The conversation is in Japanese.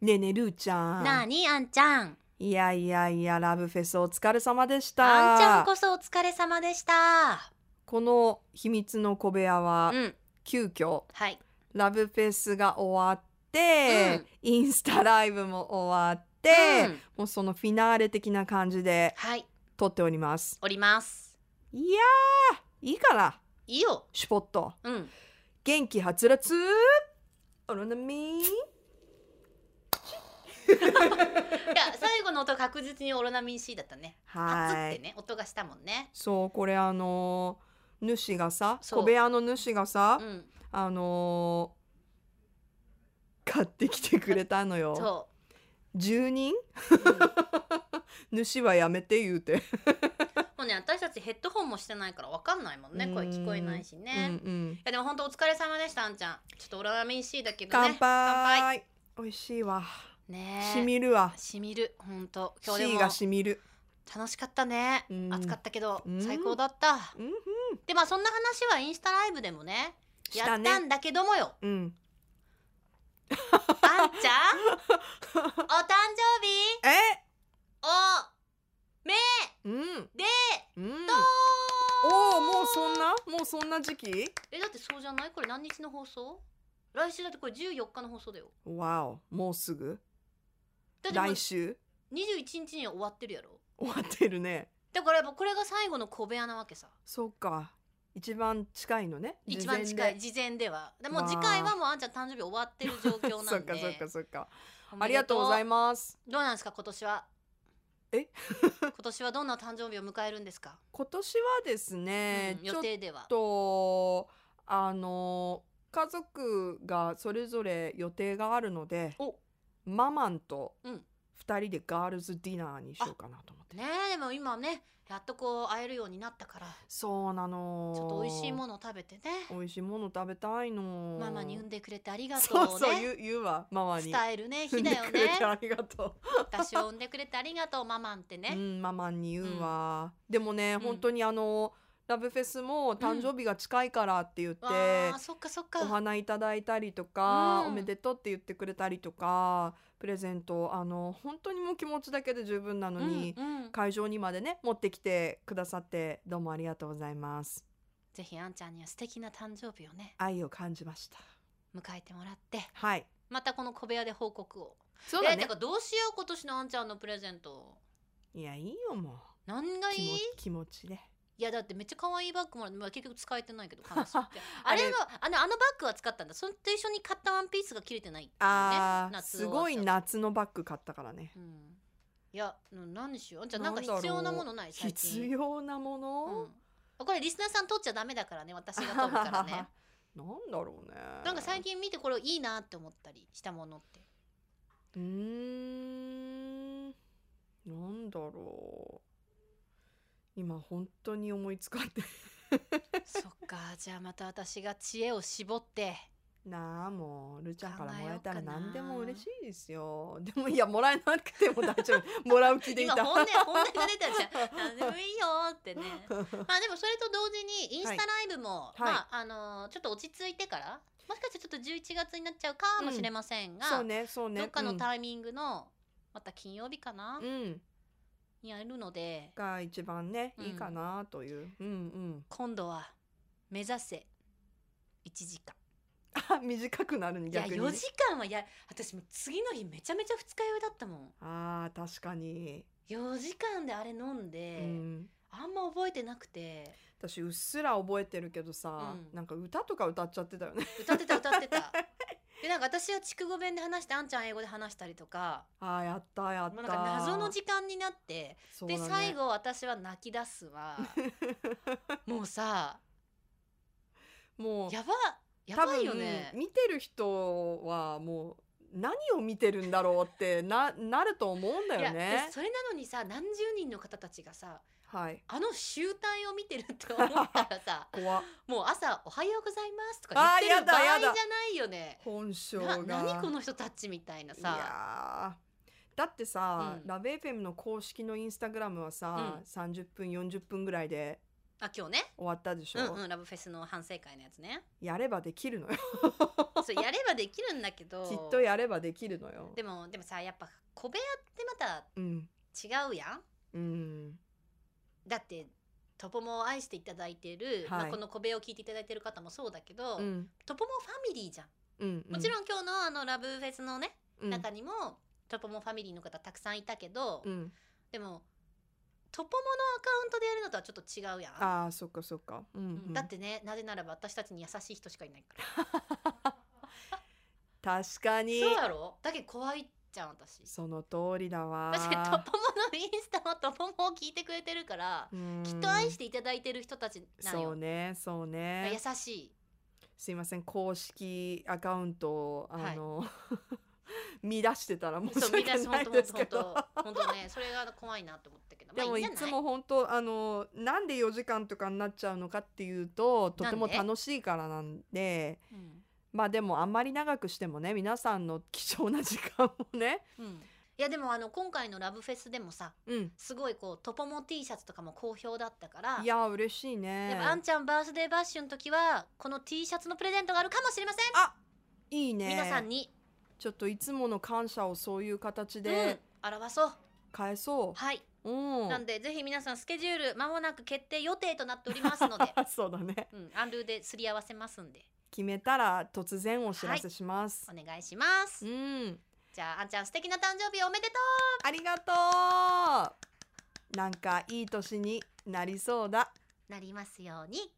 ねえねえルーちゃんなあにあんちゃんいやいやいやラブフェスお疲れ様でしたあんちゃんこそお疲れ様でしたこの秘密の小部屋はうん急遽はいラブフェスが終わって、インスタライブも終わっうて、んもうそのフィナーレ的な感じではい撮っておりますおりますいやーいいからいいよシュポットうん元気はつらつおろなみい や最後の音確実にオロナミン C だったねパツはっていね音がしたもんねそうこれあのー主がさそう小部屋の主がさ、うんあのー買ってきてくれたのよそ住人う、うん も主はやめて言うて、うね私たちヘッドホンもしてないからわかんないもんねうん声聞こえないしね、いうんうんやでも本当お疲れ様でしたあんちゃんちょっとオロナミン C だけど乾ね杯美味しいわ、ねえしみるわしみる本当今日で C もがしみる楽しかったね、うん暑かったけど、うん最高だった、うんうんでまあそんな話はインスタライブでもねしやったねたんだけどもよ、うん あんちゃんお誕生日えおうんでうんとおおもうそんなもうそんな時期えだってそうじゃないこれ何日の放送来週だってこれ14日の放送だよわおもうすぐだってもう来週21日には終わってるやろ終わってるねだからやっぱこれが最後の小部屋なわけさそうか一番近いのね一番事近前いで事前ではでもわうあ次回はもうあんちゃん誕生日終わってる状況 なそっんでかそっかそっかおあめりでがとうございますどうなんですか今年はえ 今年はどんな誕生日を迎えるんですか、今年はですね、うんちょ予っ定ではとあの家族がそれぞれ予定があるのでおママンとうん二人でガールズディナーにしようかなと思って、ねえでも今ねやっとこう会えるようになったからそうなのちょっと美味しいもののを食べてね美味しいもの食べたいのママに産んでくれてありがとうそうをそうね言う言うわママに伝えるね産ん日だでよくれてねありがとう私を産んでくれてありがとうママンってうね、ん、ママに言うわ、でもね、うん本当にあのラブフェスも誕生日が近いからって言って、わあそっかそっかお花いただいたりとか、うんおめでとうって言ってくれたりとかプレゼントあの本当にもう気持ちだけで十分なのに、うんうん会場にまでね持ってきてくださってどうもありがとうございますぜひあんちゃんには素敵な誕生日をね愛を感じました迎えてもらってはいまたこの小部屋で報告をそうえだーてねかどうしよう今年のあんちゃんのプレゼントいやいいよも何がうい気持い気持ちでいやだってめっちゃ可愛いバッグもらって、まあ、結局使えてないけど悲しく てああれれもあのあのバッグは使ったんだそれと一緒に買ったワンピースが切れてないっていうねあー夏す終わっごちゃいった夏のバッグ買ったからねうんいやうん何にしようあんちゃんなんかなんだろう必要なものない最近必要なもの、うんあこれリスナーさん取っちゃダメだからね私が取るからね なんだろうねなんか最近見てこれいいなって思ったりしたものってうーんなんだろう今本当に思いつかんでそっかじゃあまた私が知恵を絞って なあもうルーちゃんから考えもようらえたらかな何でも嬉しいですよ でもいやもらえなくても大丈 夫もらう気でい今た本音本音が出たじゃん何でもいいよってね まあでもそれと同時にインスタライブも、いまああのーちょっと落ち着いてからもしかしてちょっと11月になっちゃうかもしれませんが、そうねそうねどっかのうんタイミングの、また金曜日かな、うんにやるのでが一番ねうんいいかなといううんうん今度は目指せ1時間あ 短くなるねいや逆に4時間はや私もう次の日めちゃめちゃ二日酔いだったもんあー確かに4時間であれ飲んで、うんあんま覚えてなくて私うっすら覚えてるけどさうんなんか歌とか歌っちゃってたよね歌ってた歌っ てたでなんか私は筑語弁で話してあんちゃんは英語で話したりとかあーやったやったもうなんか謎の時間になって、そうでだね最後私は泣き出す わもうさもうやばやばいよね多分見てる人はもう何を見てるんだろうってななると思うんだいよやねで。それなのにさ何十人の方たちがさはいあの集大を見てるって思ったら さ怖っもう朝「おはようございます」とか言あーやってる場だ合やだじゃないよね。本性がな何この人たちみたいないさやーだってさ、うんラブ f m の公式のインスタグラムはさ、30分40分ぐらいであ今日ね終わったでしょ、うんうんラブフェスの反省会のやつねやればできるのよそれやればできるんだけ どきっとやればできるのよでもでもさやっぱ小部屋ってまたうん違うやんうんだってトポモを愛していただいてる、まはあ、いこの小部屋を聞いていただいてる方もそうだけど、うんトポモファミリーじゃんうんもちん、ろん今日のあのラブフェスのね、うん、中にもトポモファミリーの方たくさんいたけど、うん、でもトポモのアカウントでやるのとはちょっと違うやん、ああそっかそっか、うんうんうん、だってねなぜならば私たちに優しい人しかいないから確かにそうやろだけど怖いじゃん私その通りだわ確かにトポモのインスタもトポモを聞いてくれてるから、うんきっと愛していただいてる人たちなんそうよ、ねそうね優しいすいません公式アカウントをはあいの、 見出してたら申そうしみん訳なな本い当ですけ本ど当本当ねそれが怖いなと思ったけどでまもあいいいんじゃつないも本当あのなんで4時間とかになっちゃうのかっていうととてもなんで楽しいからなんでうんまあでもあんまり長くしてもね皆さんの貴重な時間をね、うんいやでもあの今回のラブフェスでもさうん、すごいこうトポモ T シャツとかも好評だったからいやー嬉しいねやっぱあんちゃんバースデーバッシュの時はこの T シャツのプレゼントがあるかもしれません、いいね皆さんに、ちょっといつもの感謝をそういう形うんで、表そう返そう、はい、うんなんでぜひ皆さんスケジュール間もなく決定予定となっております ので、そうだねうん、アンルーですり合わせますんで決めたら突然お知らせします、お願いします、うんじゃああんちゃん素敵な誕生日おめでとありがとうなんかいい年になりそうだうなりますように